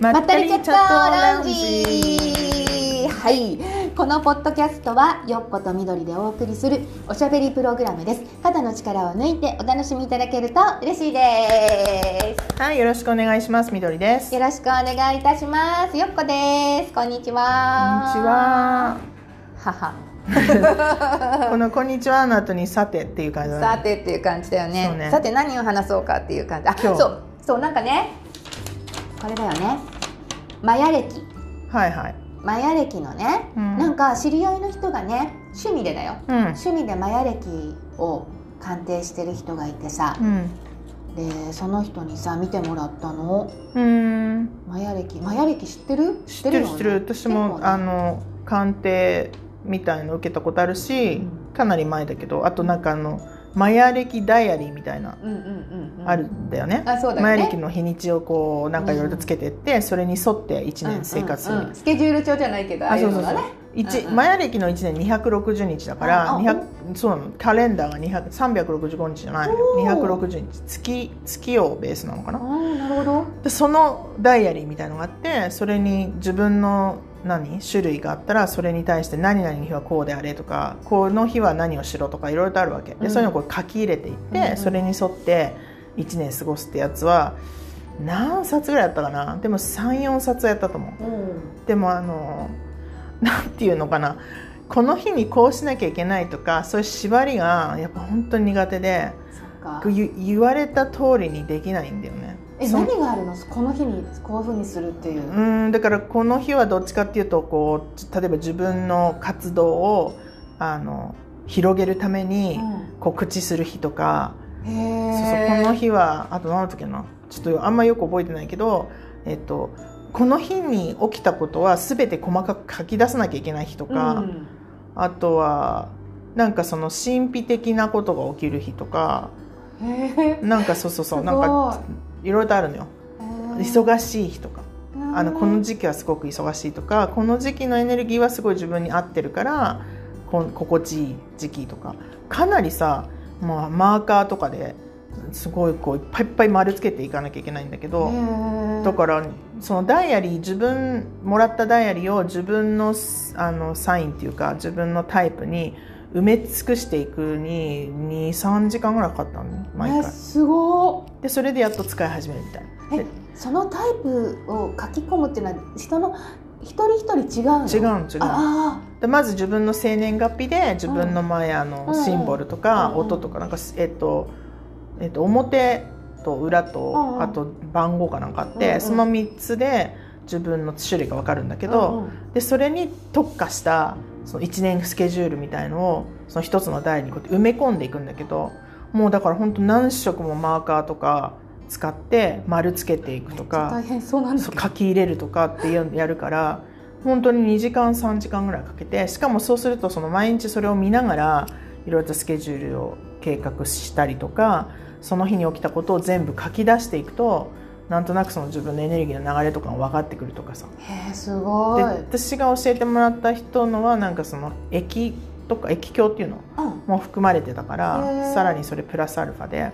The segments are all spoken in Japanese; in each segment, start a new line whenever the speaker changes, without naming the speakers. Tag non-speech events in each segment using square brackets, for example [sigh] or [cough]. ま
まったりチャットラウンジ
ジ
はいこのポッドキャストはよっことみどりでお送りするおしゃべりプログラムです肩の力を抜いてお楽しみいただけると嬉しいで
はいよろしくお願いしますみどりです
すよろしくお願いいたしますよっこですこんに
こんにち
ち
は
ははは
この「こんにちは」の後に「さて」っていう感じだ
さ
ね
てっていう感じだよね
そうね
さて何を話そうかっていう感じあ
今日
そうそうなんかねこれだよねマヤ歴
はいはい
マヤ歴のね、
うん
なんか知り合いの人がね趣味でだよ、
うん
趣味でマヤ歴を鑑定してる人がいてさ
う、ん
でその人にさ見てもらったの
うーん
マヤ歴マヤ歴知ってる
知ってる知ってる私もあ
の
の鑑定みたいの受けたことあるし
う
かなり前だけどあとなんかあのマヤ歴ダイアリーみたいな
うんうんうんうん
あるんだよね
あそうだ
マヤ
よね
歴の日にちをこうなんかいろいろつけてってそれに沿って1年生活す
うんうんう
る
んスケジュール帳じゃないけどああ
あ
い
そううそ
の
う
が
そう
ね
一
うんうん
マヤ歴の1年260日だから
ああ
200そうなのカレンダーが200 365日じゃない
おー
260日月月をベースなのか
あ
な
あなるほど
でそのダイアリーみたいのがあってそれに自分の何種類があったらそれに対して何々の日はこうであれとかこの日は何をしろとかいろいろとあるわけで、
うん
そういうのをこう書き入れていって、
うんうん
それに沿って1年過ごすってやつは何冊ぐらいやったかなでも34冊やったと思う
うん
でもあの [laughs] なんていうのかなこの日にこうしなきゃいけないとかそういう縛りがやっぱ本当に苦手で
そっか
ゆ言われた通りにできないんだよね。
え
そん
何があるのこの日にこういうふうにするっていうう、
ーんだからこの日はどっちかっていうとこう例えば自分の活動をあの広げるために告知する日とか、
うん
そうそう
へえ
この日はあと何だったっけなちょっとあんまよく覚えてないけど、えっと、この日に起きたことは全て細かく書き出さなきゃいけない日とか。
うん
あとはなんかその神秘的なことが起きる日とか
へえ
なんかそうそうそう
すごい
なんかいろいろとあるのよ
へえ
忙しい日とかあのこの
時
時期はすごく忙しいとかこの時期のエネルギーはすごい自分に合ってるからこん心地いい時期とかかなりさ、まあ、マーカーとかですごいこういっぱいいっぱい丸つけていかなきゃいけないんだけど。だからそのダイアリー自分もらったダイアリーを自分のあのサインっていうか自分のタイプに埋め尽くしていくに23時間ぐらいかかったのね毎
え
回
すご
でそれでやっと使い始めるみたい
ーえそのタイプを書き込むっていうのは人の一人一人違うの
違うの違うの
あ
でまず自分の生年月日で自分の前あの
うん
シンボルとか
うんうん
音とかなんかえっとえっと表と裏
うんう
と
ん
あと番号かなんかあっ
うんう
て
ん
その3つで自分の種類が分かるんだけ
あ
ど、
うんうん
でそれに特化したその1年スケジュールみたいのをその一つの台にこうやって埋め込んでいくんだけどもうだから本当何色もマーカーとか使って丸つけていくと
大
か
変そうなんです
そう
け
書き入れるとかっていうのやるから本当に2時間3時間ぐらいかけてしかもそうするとその毎日それを見ながらいろいろとスケジュールを計画したりとかその日に起きたことを全部書き出していくとなんとなくその自分のエネルギーの流れとかが分かってくるとかさ。
どへえすご
で
い
私が教えてもらった人のはなんかその液とか液鏡っていうの
うん
も含まれてたか
へ
ら
ー
さらにそれプラスアルファで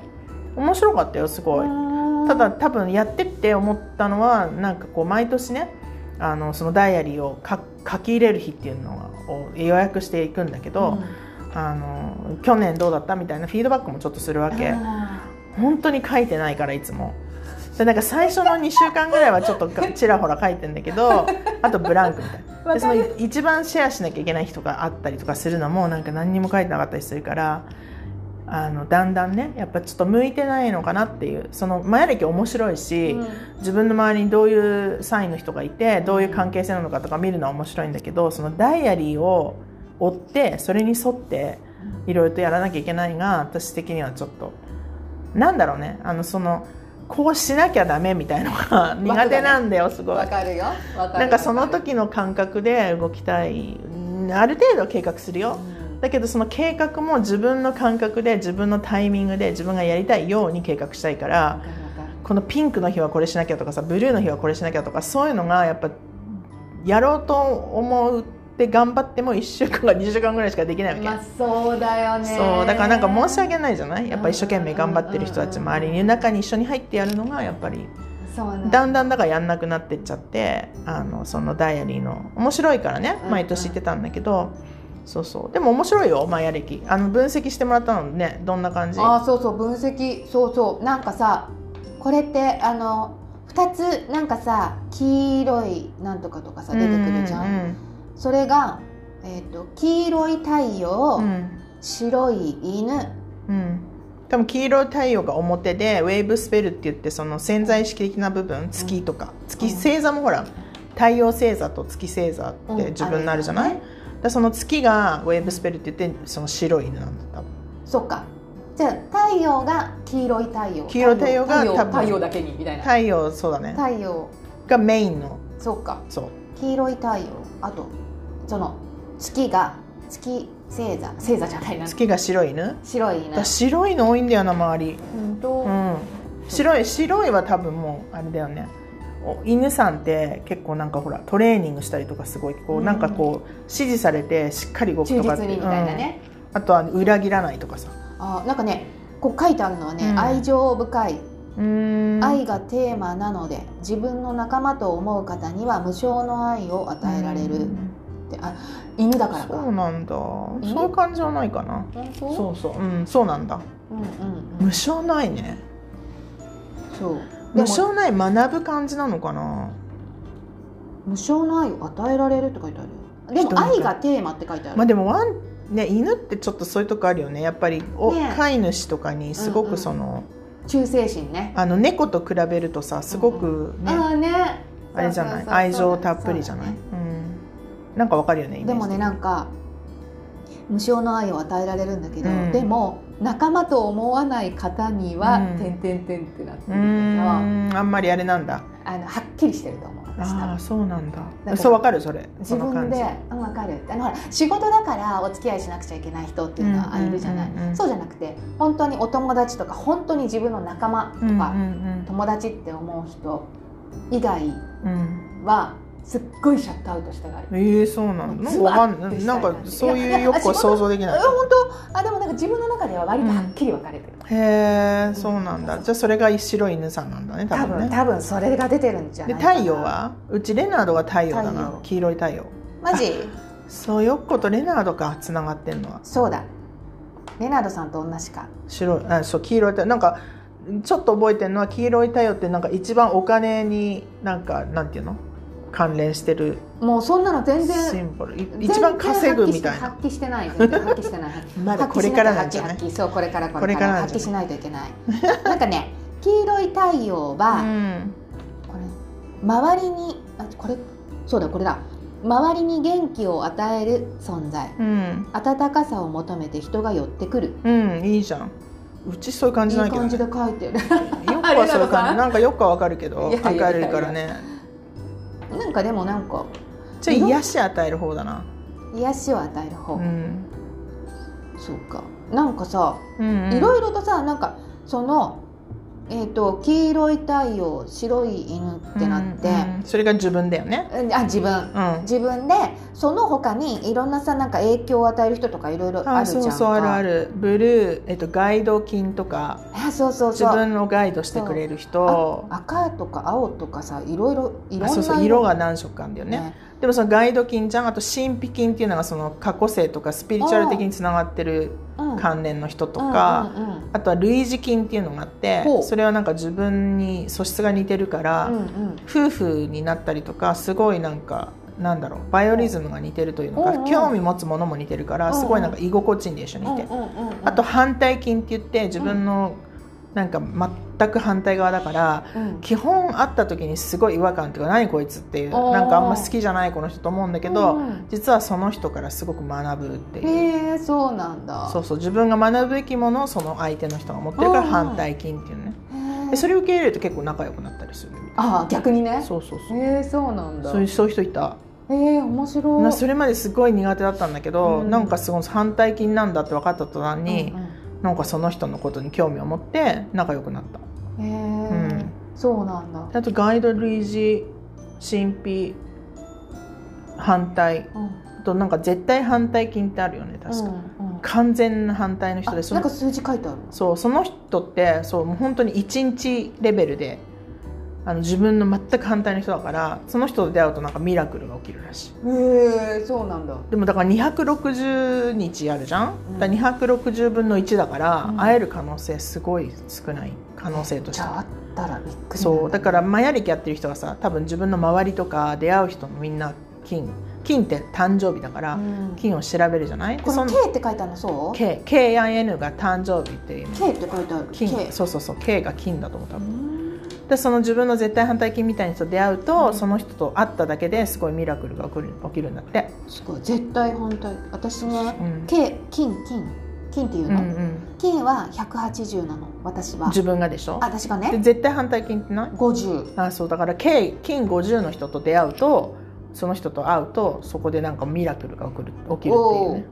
面白かったよすごい。
うん
ただ多分やってって思ったのはなんかこう毎年ねあのそのダイアリーをか書き入れる日っていうのを予約していくんだけど、あの去年どうだったみたいなフィードバックもちょっとするわ
うん
け。
あ
本当に書いてないからいつもでなんか最初の2週間ぐらいはちょっとがちらほら書いてんだけ
[laughs]
どあとブランクみたいなで
わ
その
かる
一番シェアしなきゃいけない人があったりとかするのもなんか何にも書いてなかったりするからあのだんだんねやっぱちょっと向いてないのかなっていうその前歴面白いし、
ーうん
自分の周りにどういうサインの人がいてどういう関係性なのかとか見るのは面白いんだけどそのダイアリーを追ってそれに沿っていろいろとやらなきゃいけないが私的にはちょっとなんだろうねあのそのこうしなきゃダメみたいのが [laughs] 苦手なんだよすごい
わ。かるよわかる
なんかその
わる
時の感覚で動きたいうんある程度計画するよ
うん
だけどその計画も自分の感覚で自分のタイミングで自分がやりたいように計画したいから
わかるわかる
このピンクの日はこれしなきゃとかさブルーの日はこれしなきゃとかそういうのがやっぱやろうと思って頑張っても1週間か2週間ぐらいしかできないわけ、
まあそうだよね
そうだからなんか申し訳ないじゃないやっぱ一生懸命頑張ってる人たち周りに中に一緒に入ってやるのがやっぱり
そうなん
だんだんだからやんなくなってっちゃってあのそのダイアリーの面白いからね
うんうん
毎年言ってたんだけど、そうそうでも面白いよマヤ歴あの分析してもらったのねどんな感じ
あーそうそう分析そうそうなんかさこれってあの2つなんかさ黄色いなんとかとかさ出てくるじゃん、それが、えー、と黄色い太陽、
うんうん
白い犬
うんうん多分黄色い太陽が表でウェーブスペルって言ってその潜在意識的な部分月とか、月星座もほら太陽星座と月星座って自分になるじゃない、
うんあるよね
だからその月がウェーブスペルって言ってその白い犬なんだ多分
そっかじゃあ太陽が黄色い太陽
黄色い太陽が多
太陽
分
太陽だけにみたいな
太陽そうだね
太陽
がメインの
そっか
そう
黄色い太陽あとその月が月星座星座じゃないな
月が白い犬
白い
だ
犬
白いの多いんだよな周り、
うんと
うん、白い白いは多分もうあれだよねお犬さんって結構なんかほらトレーニングしたりとかすごいこう、
うん
なんかこう指示されてしっかり動く
忠
とかっ
実
て
にみたいなね、
うんあとは裏切らないとかさ
あーなんかねこう書いてあるのはね、
うん
愛情深い
うーん
愛がテーマなので自分の仲間と思う方には無償の愛を与えられるってあ犬だから
そ
か
うなんだそ
ん
ういう感じはないかな
そう
そうそううんそうなんだ
うんうんう
無
ん
償ないね
そうで
無
も
償ない学ぶ感じなのかな
無償の愛を与えられるって書いてあるよで
人
も
の
愛がテーマって書いてある、
まあでもワンね犬ってちょっとそういうとこあるよねやっぱりお、
ねえ
飼い主とかにすごくその、
忠誠心ね
あの猫と比べるとさすごくね、
ああね
あれじゃない
そうそうそう
愛情たっぷりじゃない、
そう
うん、なんかわかるよねイメージ
でもねなんか無償の愛を与えられるんだけど、
うん
でも仲間と思わない方には
うん
「てんてんてん」ってなって
う
る
ー
け
ん
ど、
あんまりあれなんだ
あのはっきりしてると思う私多
ああ
分
そうなんだ
なんか
そうわかるそれ
自
その
分
感
で
じ
「うん分かる」あのほら仕事だからお付き合いしなくちゃいけない人っていうのはあ
うん
いるじゃない、
うんうんうん
そうじゃなくて本当にお友達とか本当に自分の仲間とか、
うん
友達って思う人以外
うんうん
はすっごいシャットアウトしたがる。
うんえー、そうなんだなんかわかん
ズバッ
な
て
い
し
な
た
ん
いな
かそういうよくは想像でき
え
ない
本当あでもなんか自分の中では割とはっきり分かれてる、
へえそうなんだじゃあそれが白い犬さんなんだね多
多
分
分
ね
多分それが出てるんじゃな
で
いかな
太陽はうちレナードは太陽だ
太
な
陽
黄色い太陽
マジ
そうよっことレナードかつながってんのは
そうだレナードさんと同じか
白いあそう黄色い太陽なんかちょっと覚えてるのは黄色い太陽ってなんか一番お金になんかなんていうの関連してる
もうそんなの全
シ
然
ンボルい一番稼ぐみたいな
発揮してない全然発揮してない
[laughs] まだこれからなんじゃない
発揮しき発揮そうこれからこれ
これか
から
らなん
発
じ
揮
ゃ
しないといけないなんかね黄色い太陽
う
は、
ん
これ周りにあこれそうだこれだ周りに元気を与える存在
うん
温かさを求めて人が寄ってくる
うんいいじゃんうちそういう感
い
じ
い
ないけど、
感
ね、
じで書いてる
よくはそういう感じ
あ
なんかよくはわかるけど
いやいやいや
明るいからね
[laughs] なんかでもなんか
じゃあ癒し与える方だな
癒しを与える方、
うん
そうかなんかさ
うんうん
いろいろとさなんかその、えー、と黄色い太陽白い犬ってなって、
うんうんそれが自分だよね
うんあ自分
うん
自分でその他にいろんなさなんか影響を与える人とかいろいろあ
あ
るじゃん
そ
か
うそうあるあるブルー、えっと、ガイド金とか
あそうそう
自
そう
分をガイドしてくれる人
あ赤とか青とかさいろいろいろんな
あそうそう色が何色かあるんだよねでもそのガイド金じゃんあと神秘金っていうのがその過去性とかスピリチュアル的につながってる
うん
関連の人とか、
うんうん
あとは類似金っていうのがあって
ほう
それはなんか自分に素質が似てるから、
うんうんうん
夫婦になったりとかすごいなんかなんだろうバイオリズムが似てるというのか、
うんうん
興味持つものも似てるから、
うんうん
すごいなんか居心地いいんで一緒にいて、
うんうんうんうん
あと、反対金って言って自分のなんか全く反対側だから
うん
基本会った時にすごい違和感っていうか何こいつっていう
おー
なんかあんま好きじゃないこの人と思うんだけ
う
ど
ん
実はその人からすごく学ぶっていう。
へえそうなんだ
そうそう自分が学ぶべきものをその相手の人が持ってるから
うん
反対金っていうね
へえ
でそれを受け入れると結構仲良くなったりする
ああ逆にね
そうそうそう
へえそうなんだ
そういうそういう人いた
へえ面白
ないそれまですごい苦手だったんだけど、
うん
なんかすごい反対金なんだって分かった途端に、
うん
なんかその人のことに興味を持って仲良くなった
うんへえ、
うん
そうなんだ
あとガイド類似神秘反対
うん
あとなんか絶対反対金ってあるよね確か、
うんうん
完全な反対の人で
あ
そ
なん
の
か数字書いてある
そうその人ってそうもう本当に1日レベルであの自分の全く反対の人だからその人と出会うとなんかミラクルが起きるらしい
へえそうなんだ
でもだから260日あるじゃん、
うん
だから260分の1だから、
うん
会える可能性すごい少ない可能性とし
じ
て
ゃああったらびっくり
そうだかららマヤ暦やってる人はさ多分自分の周りとか出会う人もみんな金金って誕生日だから、
うん
金を調べるじゃない
この
で
K
そ
って書いてあるのそう
K KIN が誕生日っていう
K って書いてある
金
K
そうそうそう K が金だと思う多
う
分
ん
でその自分の絶対反対金みたいな人と出会うと、
うん
その人と会っただけですごいミラクルが起きる起きるんだって、
すごい絶対反対私ね
うん、
K 金金金ってい
う
う
んう
の、
ん
金は180なの私は
自分がでしょ
あ私が
で
ね
絶対反対金ってない
50
あそうだから K 金50の人と出会うとその人と会うとそこでなんかミラクルが起きる起きるっていうね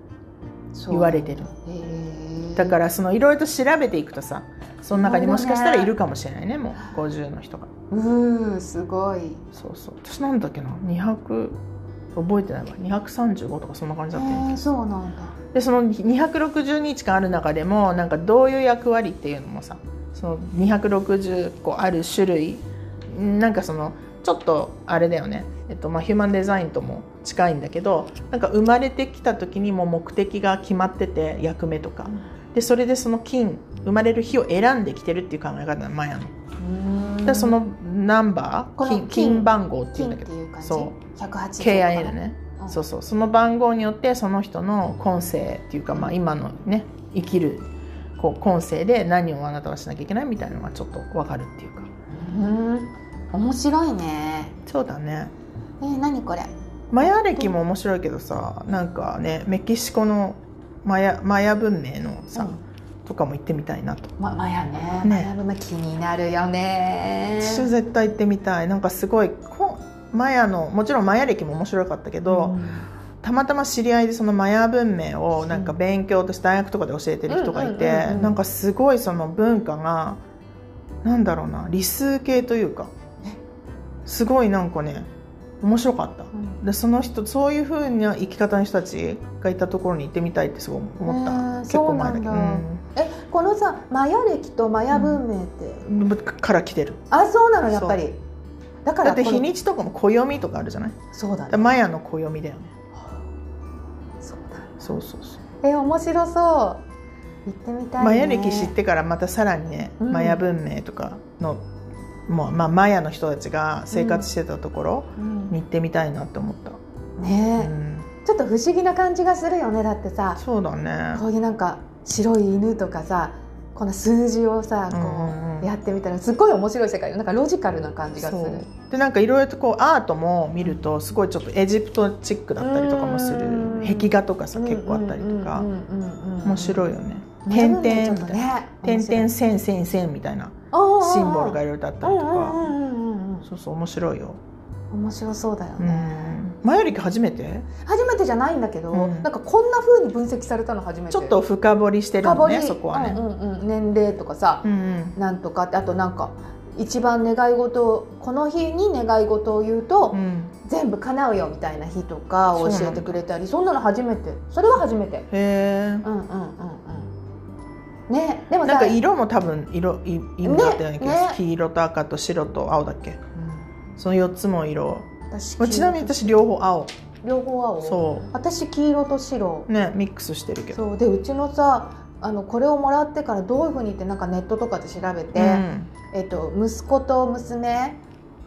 そう
言われてる
へー
だからそのいろいろと調べていくとさその中にもしかしたらいるかもしれないねもう50の人が
うーすごい
そうそう私なんだっけな200覚えてないわ235とかそんな感じ
え
だったよね
ー、そうなんだ
でその260日間ある中でもなんかどういう役割っていうのもさその260個ある種類なんかそのちょっとあれだよね、えっとまあ、ヒューマンデザインとも近いんだけどなんか生まれてきた時にもう目的が決まってて役目とかでそれでその金生まれる日を選んできてるっていう考え方なのマヤの。だか
うーん
らそのナンバ
こ
ー
の
金
金
金番号っていうん
金っ
だけ
て
ど
いう感じ
そ
180
KIN ね。
うん
そうそうその番号によってその人の今世っていうか、まあ、今のね生きるこう今世で何をあなたはしなきゃいけないみたいなのがちょっと分かるっていうか
うん面白いね
そうだね
えー、何これ
マヤ歴も面白いけどさなんかねメキシコのマヤマヤ文明のさ、
うん
とかも行ってみたいなと
まマヤね
ね
マヤの気になるよね
私は絶対行ってみたいなんかすごいこマヤのもちろんマヤ歴も面白かったけど、
うん
たまたま知り合いでそのマヤ文明をなんか勉強として大学とかで教えてる人がいて、
うんうんうんうん
なんかすごいその文化がなんだろうな理数系というかすごいなんかね面白かったでその人そういうふうな生き方の人たちがいたところに行ってみたいってすごい思った、
へー
結構前だけ
そ
ど
うなんだえこのさマヤ歴とマヤ文明って、
うんから来てる
あそうなのやっぱりだから
だって
この
日にちとかも暦とかあるじゃない
そう
だ
だ
か
ね
らマヤの暦だよね
そうだ
そうそうそう
え面白そう行ってみたい、ね、
マヤ歴知ってからまたさらにね、
うん
マヤ文明とかのもう、まあ、マヤの人たちが生活してたところ
うん
に行ってみたいなって思った、う
ねえ、
ん、
ちょっと不思議な感じがするよねだってさ
そうだね
こういうなんか白い犬とかさこの数字をさこ
うんうんうん
うやってみたらすっごい面白い世界なんかロジカルな感じがする
そうでなんかいろいろとこうアートも見るとすごいちょっとエジプトチックだったりとかもする
うん
壁画とかさ結構あったりとか面
面
白いよね点
点
々みたい
々みたい
な
な
点々線線線みたいなシンボルがいろいろとあったりとかそうそう面白いよ、
面白そうだよ
う
ね
ん、マヤ歴初めて
初めてじゃないんだけど
うん
なんかこんな風に分析されたの初めて
ちょっと深掘りしてる
深
の
掘
ね
り
そこはね、
うんうんうん年齢とかさ
うんうん
なんとかってあとなんか一番願い事をこの日に願い事を言うと
うん、
全部叶うよみたいな日とかを教えてくれたりそんなの初めてそれは初めて
へえ
うんうんうんうんねでもさ
なんか色も多分色い色だったような気がする、
ねね
黄色と赤と白と青だっけ
うん
その4つも色
私
まあちなみに
黄
私両方青
色両方青
そ
私黄色と白
うねミックスしてるけど
そうでうちのさあのこれをもらってからどういうふうにってなんかネットとかで調べて、
うん
えっと、息子と娘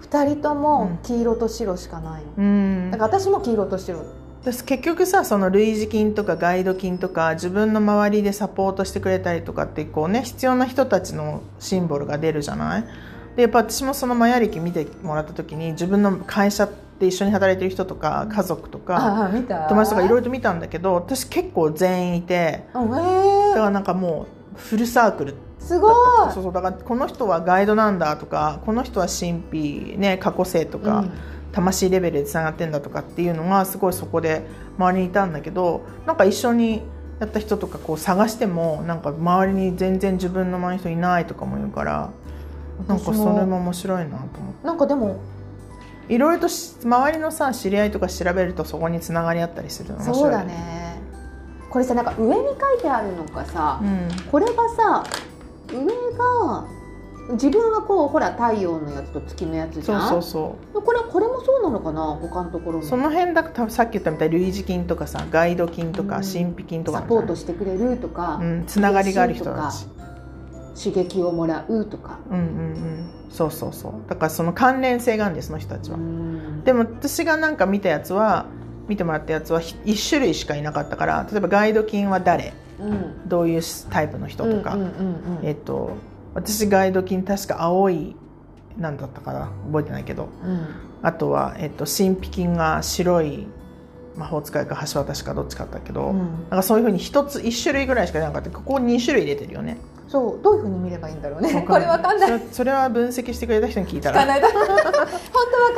2人とも黄色と白しかないの、
うん、
だから私も黄色と白
私結局さその類似金とかガイド金とか自分の周りでサポートしてくれたりとかってこうね必要な人たちのシンボルが出るじゃないでやっぱ私もそのマヤ歴見てもらった時に自分の会社って一緒に働いてる人とか家族とか
ああ見た
友達とかいろ
い
いろ見たんだけど私結構全員いて
ろ、うんえ
だか
ー
らなんかもうフルサークルだっ
す
た
ごい
そうそうだからこの人はガイドなんだとかこの人は神秘ね過去性とか、
うん
魂レベルでつながってんだとかっていうのがすごいそこで周りにいたんだけどなんか一緒にやった人とかこう探してもなんか周りに全然自分の周りの人いないとかも言うからなんかそ
私
れも面白いなと思って
なんかでも
いろいろとし周りのさ知り合いとか調べるとそこにつながりあったりするの面白い
そうだねこれさなんか上に書いてあるのがさ、
うん
これがさ上が自分はこうほら太陽のやつと月のやつじ
そ
ゃ
うんそうそ
これこれもそうなのかな他のところも
うその辺だと多分さっき言ったみたいに類似菌とかさガイド菌とか
うん
神秘菌とか
サポートしてくれるとか、
うんつながりがある人たち
刺激をもらうとか、
うんうんうんそうそうそうだからその関連性があるんですその人たちは、
うん
でも私がなんか見たやつは見てもらったやつはひ一種類しかいなかったから例えばガイド菌は誰
うん
どういうタイプの人とか、
うんうんうんうん
えっと私ガイド菌確か青いなんだったかな覚えてないけど
うん
あとは、えっと、神秘菌が白い魔法使いか橋渡しかどっちかだったけど、
うん
なんかそういうふうに一つ一種類ぐらいしかいなかったここに2種類出てるよね
そうどういうふうに見ればいいんだろうね
わ
これわかんない
それそれは分析してくれた人に聞いた
聞からないと本当わか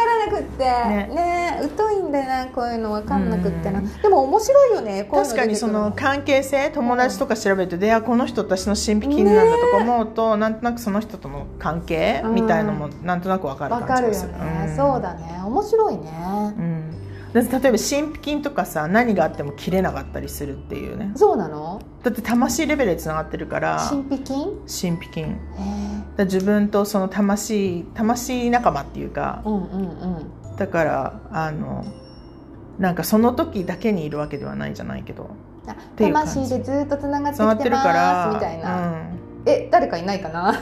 らなくって
ね
ね疎いんだよなこういうのわかんなくってな
う
でも面白いよねこういう
確かにその
出て
関係性友達とか調べると、であこの人私の神秘菌なんだとか思うと、なんとなくその人との関係みたいのもなんとなく分かる
くるわか
感じ
る
が
よ
する
ね
ん
そうだね面白いね
うん、だって例えば神秘菌とかさ何があっても切れなかったりするっていうね
そうなの
だって魂レベルでつながってるから
神秘菌
神秘菌
へえ
だから自分とその魂魂仲間っていうか
うんうんうん
だからあのなんかその時だけにいるわけではないじゃないけど
あ
ていう感じ
魂でずっとつながって
つながっ
き
て
て
る
ま
から
すみたいな、
うん、
え誰かいない
[laughs]
かな
だか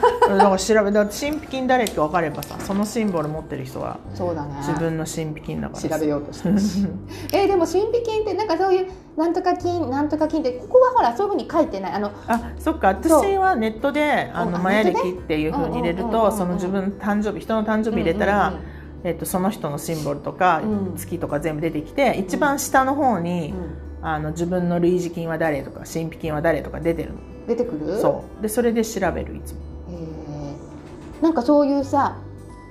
ら調べだから神秘菌誰って分かればさそのシンボル持ってる人は
そうだね
自分の神秘菌だからさ
調べようとしてるし [laughs] えでも神秘菌ってなんかそういうなんとか菌なんとか菌ってここはほらそういうふうに書いてないあの
あそっか私はネットで「あの
あ
マヤ
ネッ
暦
トで」
っていうふうに入れる
うんうんうんうんう
と
ん
その自分の誕生日人の誕生日入れたら、
うんうん
えっと、その人のシンボルとか、
うん
月とか全部出てきて一番下の方に、
うん
あの自分の類似菌は誰とか神秘菌は誰とか出てるの、
うん出てくる
そうでそれで調べるいつも
へーなんかそういうさ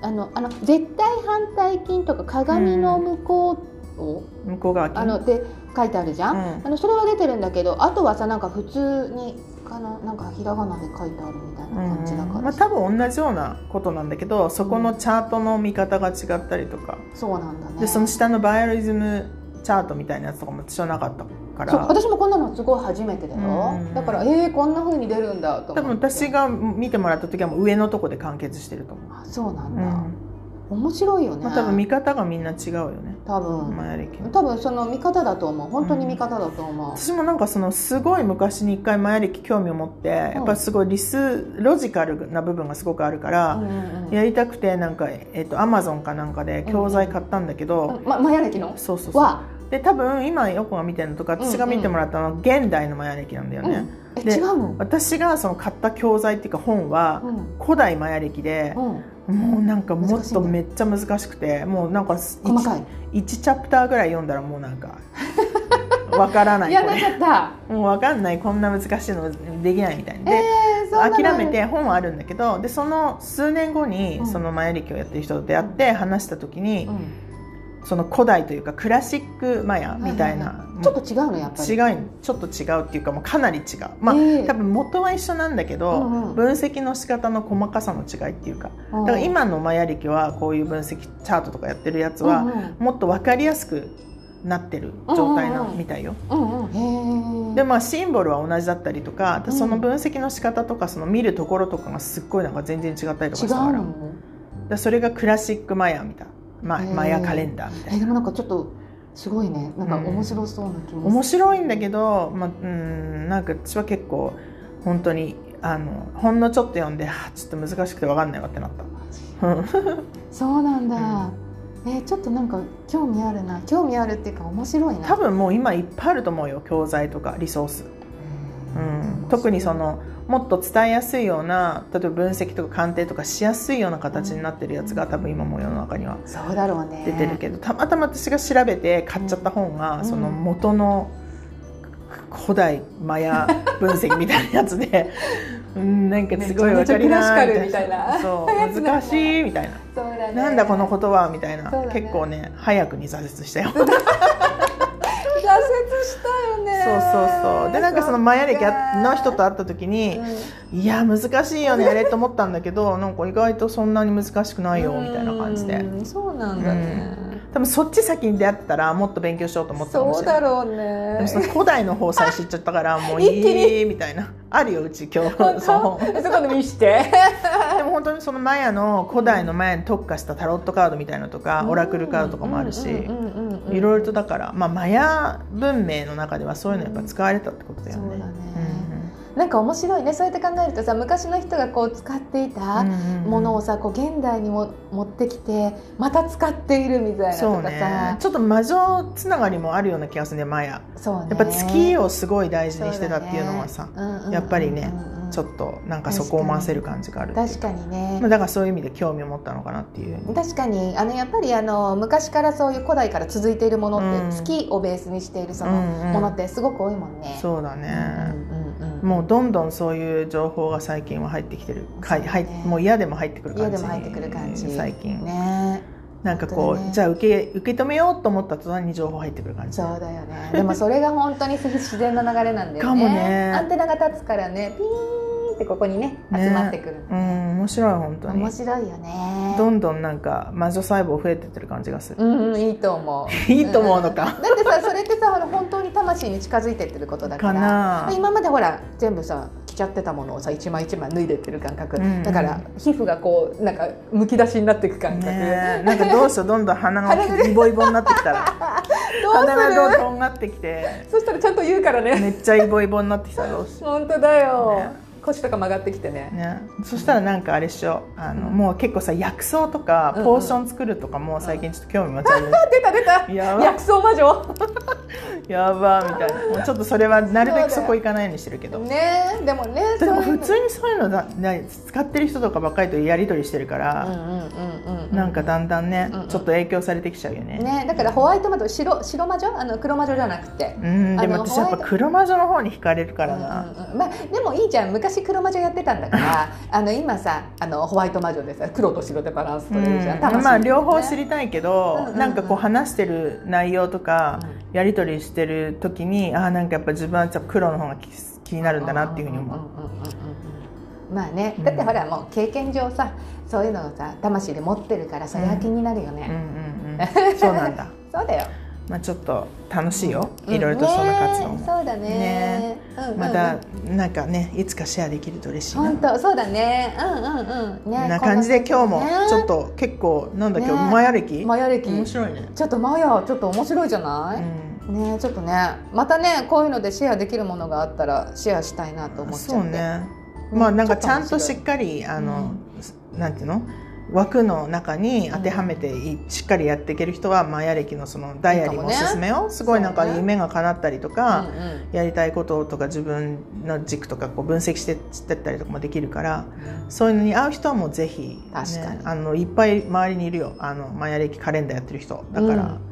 あのあの絶対反対菌とか鏡の向こうを、
向こう側菌
あので書いてあるじゃん、
うん
あのそれは出てるんだけどあとはさなんか普通にかななんかひらがなで書いてあるみたいな
うん
感じだから、
まあ、多分同じようなことなんだけどそこのチャートの見方が違ったりとか、
そうなんだね
でその下のバイオリズムチャートみたいなやつとかも私はなかったから
そう私もこんなのすごい初めてだよ、
うん
だからえー、こんな風に出るんだと
多分
思って
私が見てもらった時はもう上のとこで完結してると思う、
あそうなん
う
だ、
ん
面白いよね、
まあ、多分見方がみんな違うよね
多分
マヤ暦の
多分その見方だと思う本当に見方だと思う、
私もなんかそのすごい昔に一回マヤ暦興味を持ってやっぱりすごい理数ロジカルな部分がすごくあるから、
うんうん
やりたくてなんかえっとアマゾンかなんかで教材買ったんだけど、
うんま、マヤ歴の
そうそうそう
は、
で多分今ヨコが見てるのとか私が見てもらったのは現代のマヤ歴なんだよ
うん
ね、
え
で
違うの
私がその買った教材っていうか本は
うん
古代マヤ歴で、
うん、
もうなんかも
難
っ
しい
と
んだ
めっちゃ難しくてもうなんか1
細かい
チャプターぐらい読んだらもうなん
[laughs]
かわからない
や
こ
な
れ
かった
もうわかんないこんな難しいのできないみたいで、
えー、そんなの
諦めて本はあるんだけどでその数年後に
うん
そのマヤ歴をやってる人と出会って話した時に
う、ん
その古代というかクラシックマヤみたいな、
はははちょっと違うのやっぱり
違うちょっと違うっていうかもうかなり違うまあ、
ええ
多分元は一緒なんだけど、
うんうん
分析の仕方の細かさの違いっていうか
うん
だから今のマヤ歴はこういう分析チャートとかやってるやつは、
うんうん
もっと分かりやすくなってる状態な
うんうんうん
みたいよ、
うんうんへえ
でまあシンボルは同じだったりとか
うん
その分析の仕方とかその見るところとかがすっごいなんか全然違ったりとかし
違
たか
う
ら
の
でそれがクラシックマヤみたいな、ま、
へえ
マヤカレンダーみたい
え
な
でもなんかちょっとすごいねなんか面白そうな気も
面
す
白いんだけど、まあ、うんなんか私は結構本当にあのほんのちょっと読んではあちょっと難しくて分かんないわってなった、うん
るそうなんだ、えーちょっとなんか興味あるな興味あるっていうか面白いな
多分もう今いっぱいあると思うよ教材とかリソース、うん、特にそのもっと伝えやすいような例えば分析とか鑑定とかしやすいような形になってるやつが多分今もう世の中には
そうだろうね
出てるけどたまたま私が調べて買っちゃった本が、
うん
その元の古代マヤ分析みたいなやつで [laughs] うんなんかすごいわかりない
めちゃめちゃクラシカルみたいな
そう難しいみたいな
そうだね
なんだこの言葉みたいな、
そうだね
結構ね早くに挫折したよそう
挫折したよね
そうそうでなんかそのマヤ歴の人と会った時に
う
いや難しいよねあれと思ったんだけどなんか意外とそんなに難しくないよみたいな感じで
うんそうなんだね
多分そっち先に出会ってたらもっと勉強しようと思ったかもし
そう
れない
だろう
で
ね
もその古代の方さえ知っちゃった
[laughs]
からもう
一気に
いいみたいなあるようち今日
本当
そう
そこで見して
でも本当にそのマヤの古代のマヤに特化したタロットカードみたいなのとか [laughs] オラクルカードとかもあるしいろいろとだから、まあ、マヤ文明の中ではそういうのやっぱ使われたってことだよね。
そうだね
うん
なんか面白いねそうやって考えるとさ昔の人がこう使っていたものをさこう現代にも持ってきてまた使っているみたいな
そ
と
う
か
ね
さ
ちょっと魔女つながりもあるような気がするねマヤ
そうね
やっぱ月をすごい大事にしてたっていうのはさ、
そうだねうんうんうん
やっぱりね
うんうん
ちょっとなんかそこを回せる感じがあるっていう
確かにね
まあだからそういう意味で興味を持ったのかなっていう
確かにあのやっぱりあの昔からそういう古代から続いているものって、
うん
月をベースにしているそ
うん
の
うん
ものってすごく多いもんね。
そうだ
う
ね、
んうんうん
もうどんどんそういう情報が最近は入ってきてる、かい
そうだ
は
ね
いもう嫌でも入ってくる
家
感じ
でも入ってくる感じ
最近、
ね
なんかこう、
本当だね
じゃあ受け受け止めようと思った途端に情報入ってくる感じ
そうだよねでもそれが本当に自然な流れなんだよね
かもね
アンテナが立つからねピーンってここにね
ね
集まってくる、
うん面白い本当に
面白いよね
どんどんなんか魔女細胞増えてってる感じがする、
うんうんいいと思う
いいと思うのか
んだってさそれってさほら本当に魂に近づいてってることだか
からな
今までほら全部さ着ちゃってたものをさ一枚一枚脱いでってる感覚、
うんうん
だから皮膚がこうなんかむき出しになっていく感覚、
ねえなんかどうしようどんどん鼻
鼻が
がイボイボになってきたら
[laughs] どう
鼻がどん
す
どんとんがってきて
るそしたらちゃんと言うからね
めっちゃイボイボになってきたらどうしよう
本当だよ、
ね
腰とか曲がってきてね
ね、そしたらなんかあれっしょあの、
うん
もう結構さ薬草とか
うんうん
ポーション作るとかも最近ちょっと興味持ち始めて、
あ出た出た
やば
薬草魔女
やばみたいなもうちょっとそれはなるべ
そう
く
だ
そ
よ
こ行かないようにしてるけど、
ねでもね
でも
そうい
普
うの
通にそういうのだな使ってる人とかばっかりとやり取りしてるから、
うんうんうんうん
なんかだんだんね、
うんうん
ちょっと影響されてきちゃうよね
ねだからホワイト魔女白白魔女あの黒魔女じゃなくて
うんで
あ
も
の
私やっぱ黒魔女の方に惹かれるか
う
ら
ん
な、
うんうんまあ、でもいいじゃん昔黒魔女やってたんだからあの今さあのホワイト魔女でさ黒と白でバランス取れるじゃん、
まあ両方知
り
りたいけど、
うんうんうん
なんかこう話してる内容とか、やり取りしてる時にあーなんかやっぱ自分はちょっと黒の方が気気になるんだなっていうふうに思う。
まあね
うん
だってほらもう経験上さそういうのをさ魂で持ってるからそれは気になるよ
うん
ね、
うんうん、そうなんだ。 [laughs]
そうだよ
まあちょっと楽しいよ。いろいろとそんな活動
ね
も。
そうだね
ね
うんうんうん
またなんかねいつかシェアできると嬉しいな。
本当そうだねうんうんうんね
な感じで今日も
ね
ちょっと結構なんだっけ、
ね
マヤ歴
マヤ歴
面白いね。
ちょっとマヤちょっと面白いじゃ
う
ない、
ん
ねちょっとねまたねこういうのでシェアできるものがあったらシェアしたいなと思っちゃ
そ
っ
う
て
ね、
うん
まあなんか
ち
ち
ょっ
ゃ
と面
ん
白い
としっかりあの、なんていうの枠の中に当てはめていしっかりやっていける人はマヤ歴のそのダイアリーもおすすめよ、すごいなん
そう
か
ね
夢が叶ったりと
う
か、
んうん
やりたいこととか自分の軸とかこう分析して知ってったりとかもできるからそういうのに合う人はもうぜひ、ね、
確かに
あのいっぱい周りにいるよあのマヤ歴カレンダーやってる人だから、
うん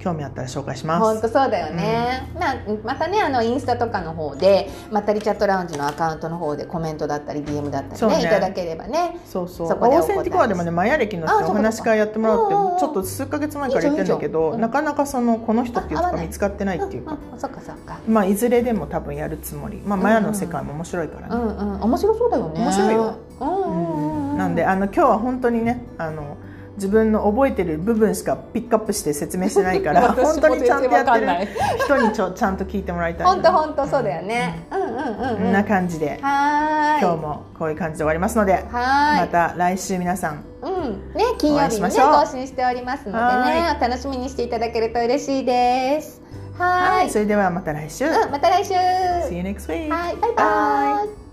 興味あったら紹介しま
本
す
当そうだよね、まあ、またねあのインスタとかの方でまたリチャットラウンジのアカウントの方でコメントだったり DM だった
そう
りね
ね
いただければね
そうそう
そこでお
オ
答え
ーセンティコアでもねマヤ歴の
あそう
人
か
お話し会やってもらおうって
そうか
ちょっと数ヶ月前から言ってるんだけ
いいじゃんいいじゃん
ど
うん
なかなかそのこの人っていう
あ合
人
わ
が
ない
見つかってないっていうか。
うん、そっかそっか
まあ、いずれでも多分やるつもり、まあ、マヤの世界も面白いから
う
ね、
んうん面白そうだよね
面白いよ
うんうんうんうん
なんであの今日は本当にねあの自分の覚えてる部分しかピックアップして説明してないから
私
本
も
当にちゃんとや
全然わか
っ
んな
て
い
る人にちょちゃんと聞いてもらいたいな
本当本当そうだよね。うんうん
こ
うんうんん。
な
は
感じで
ーい。
今日もこういう感じで終わりますので
は
ま
ーい。
た来週皆さん
うん。ね金
お会
曜
いし
日に
ま
ね
しょう
更新しておりますのでね
は
お楽しみにしていただけると嬉しいです。は
は
ー
い
い。
それではまた来週
うんまた来週。は
See
い
you next week
バイバイ。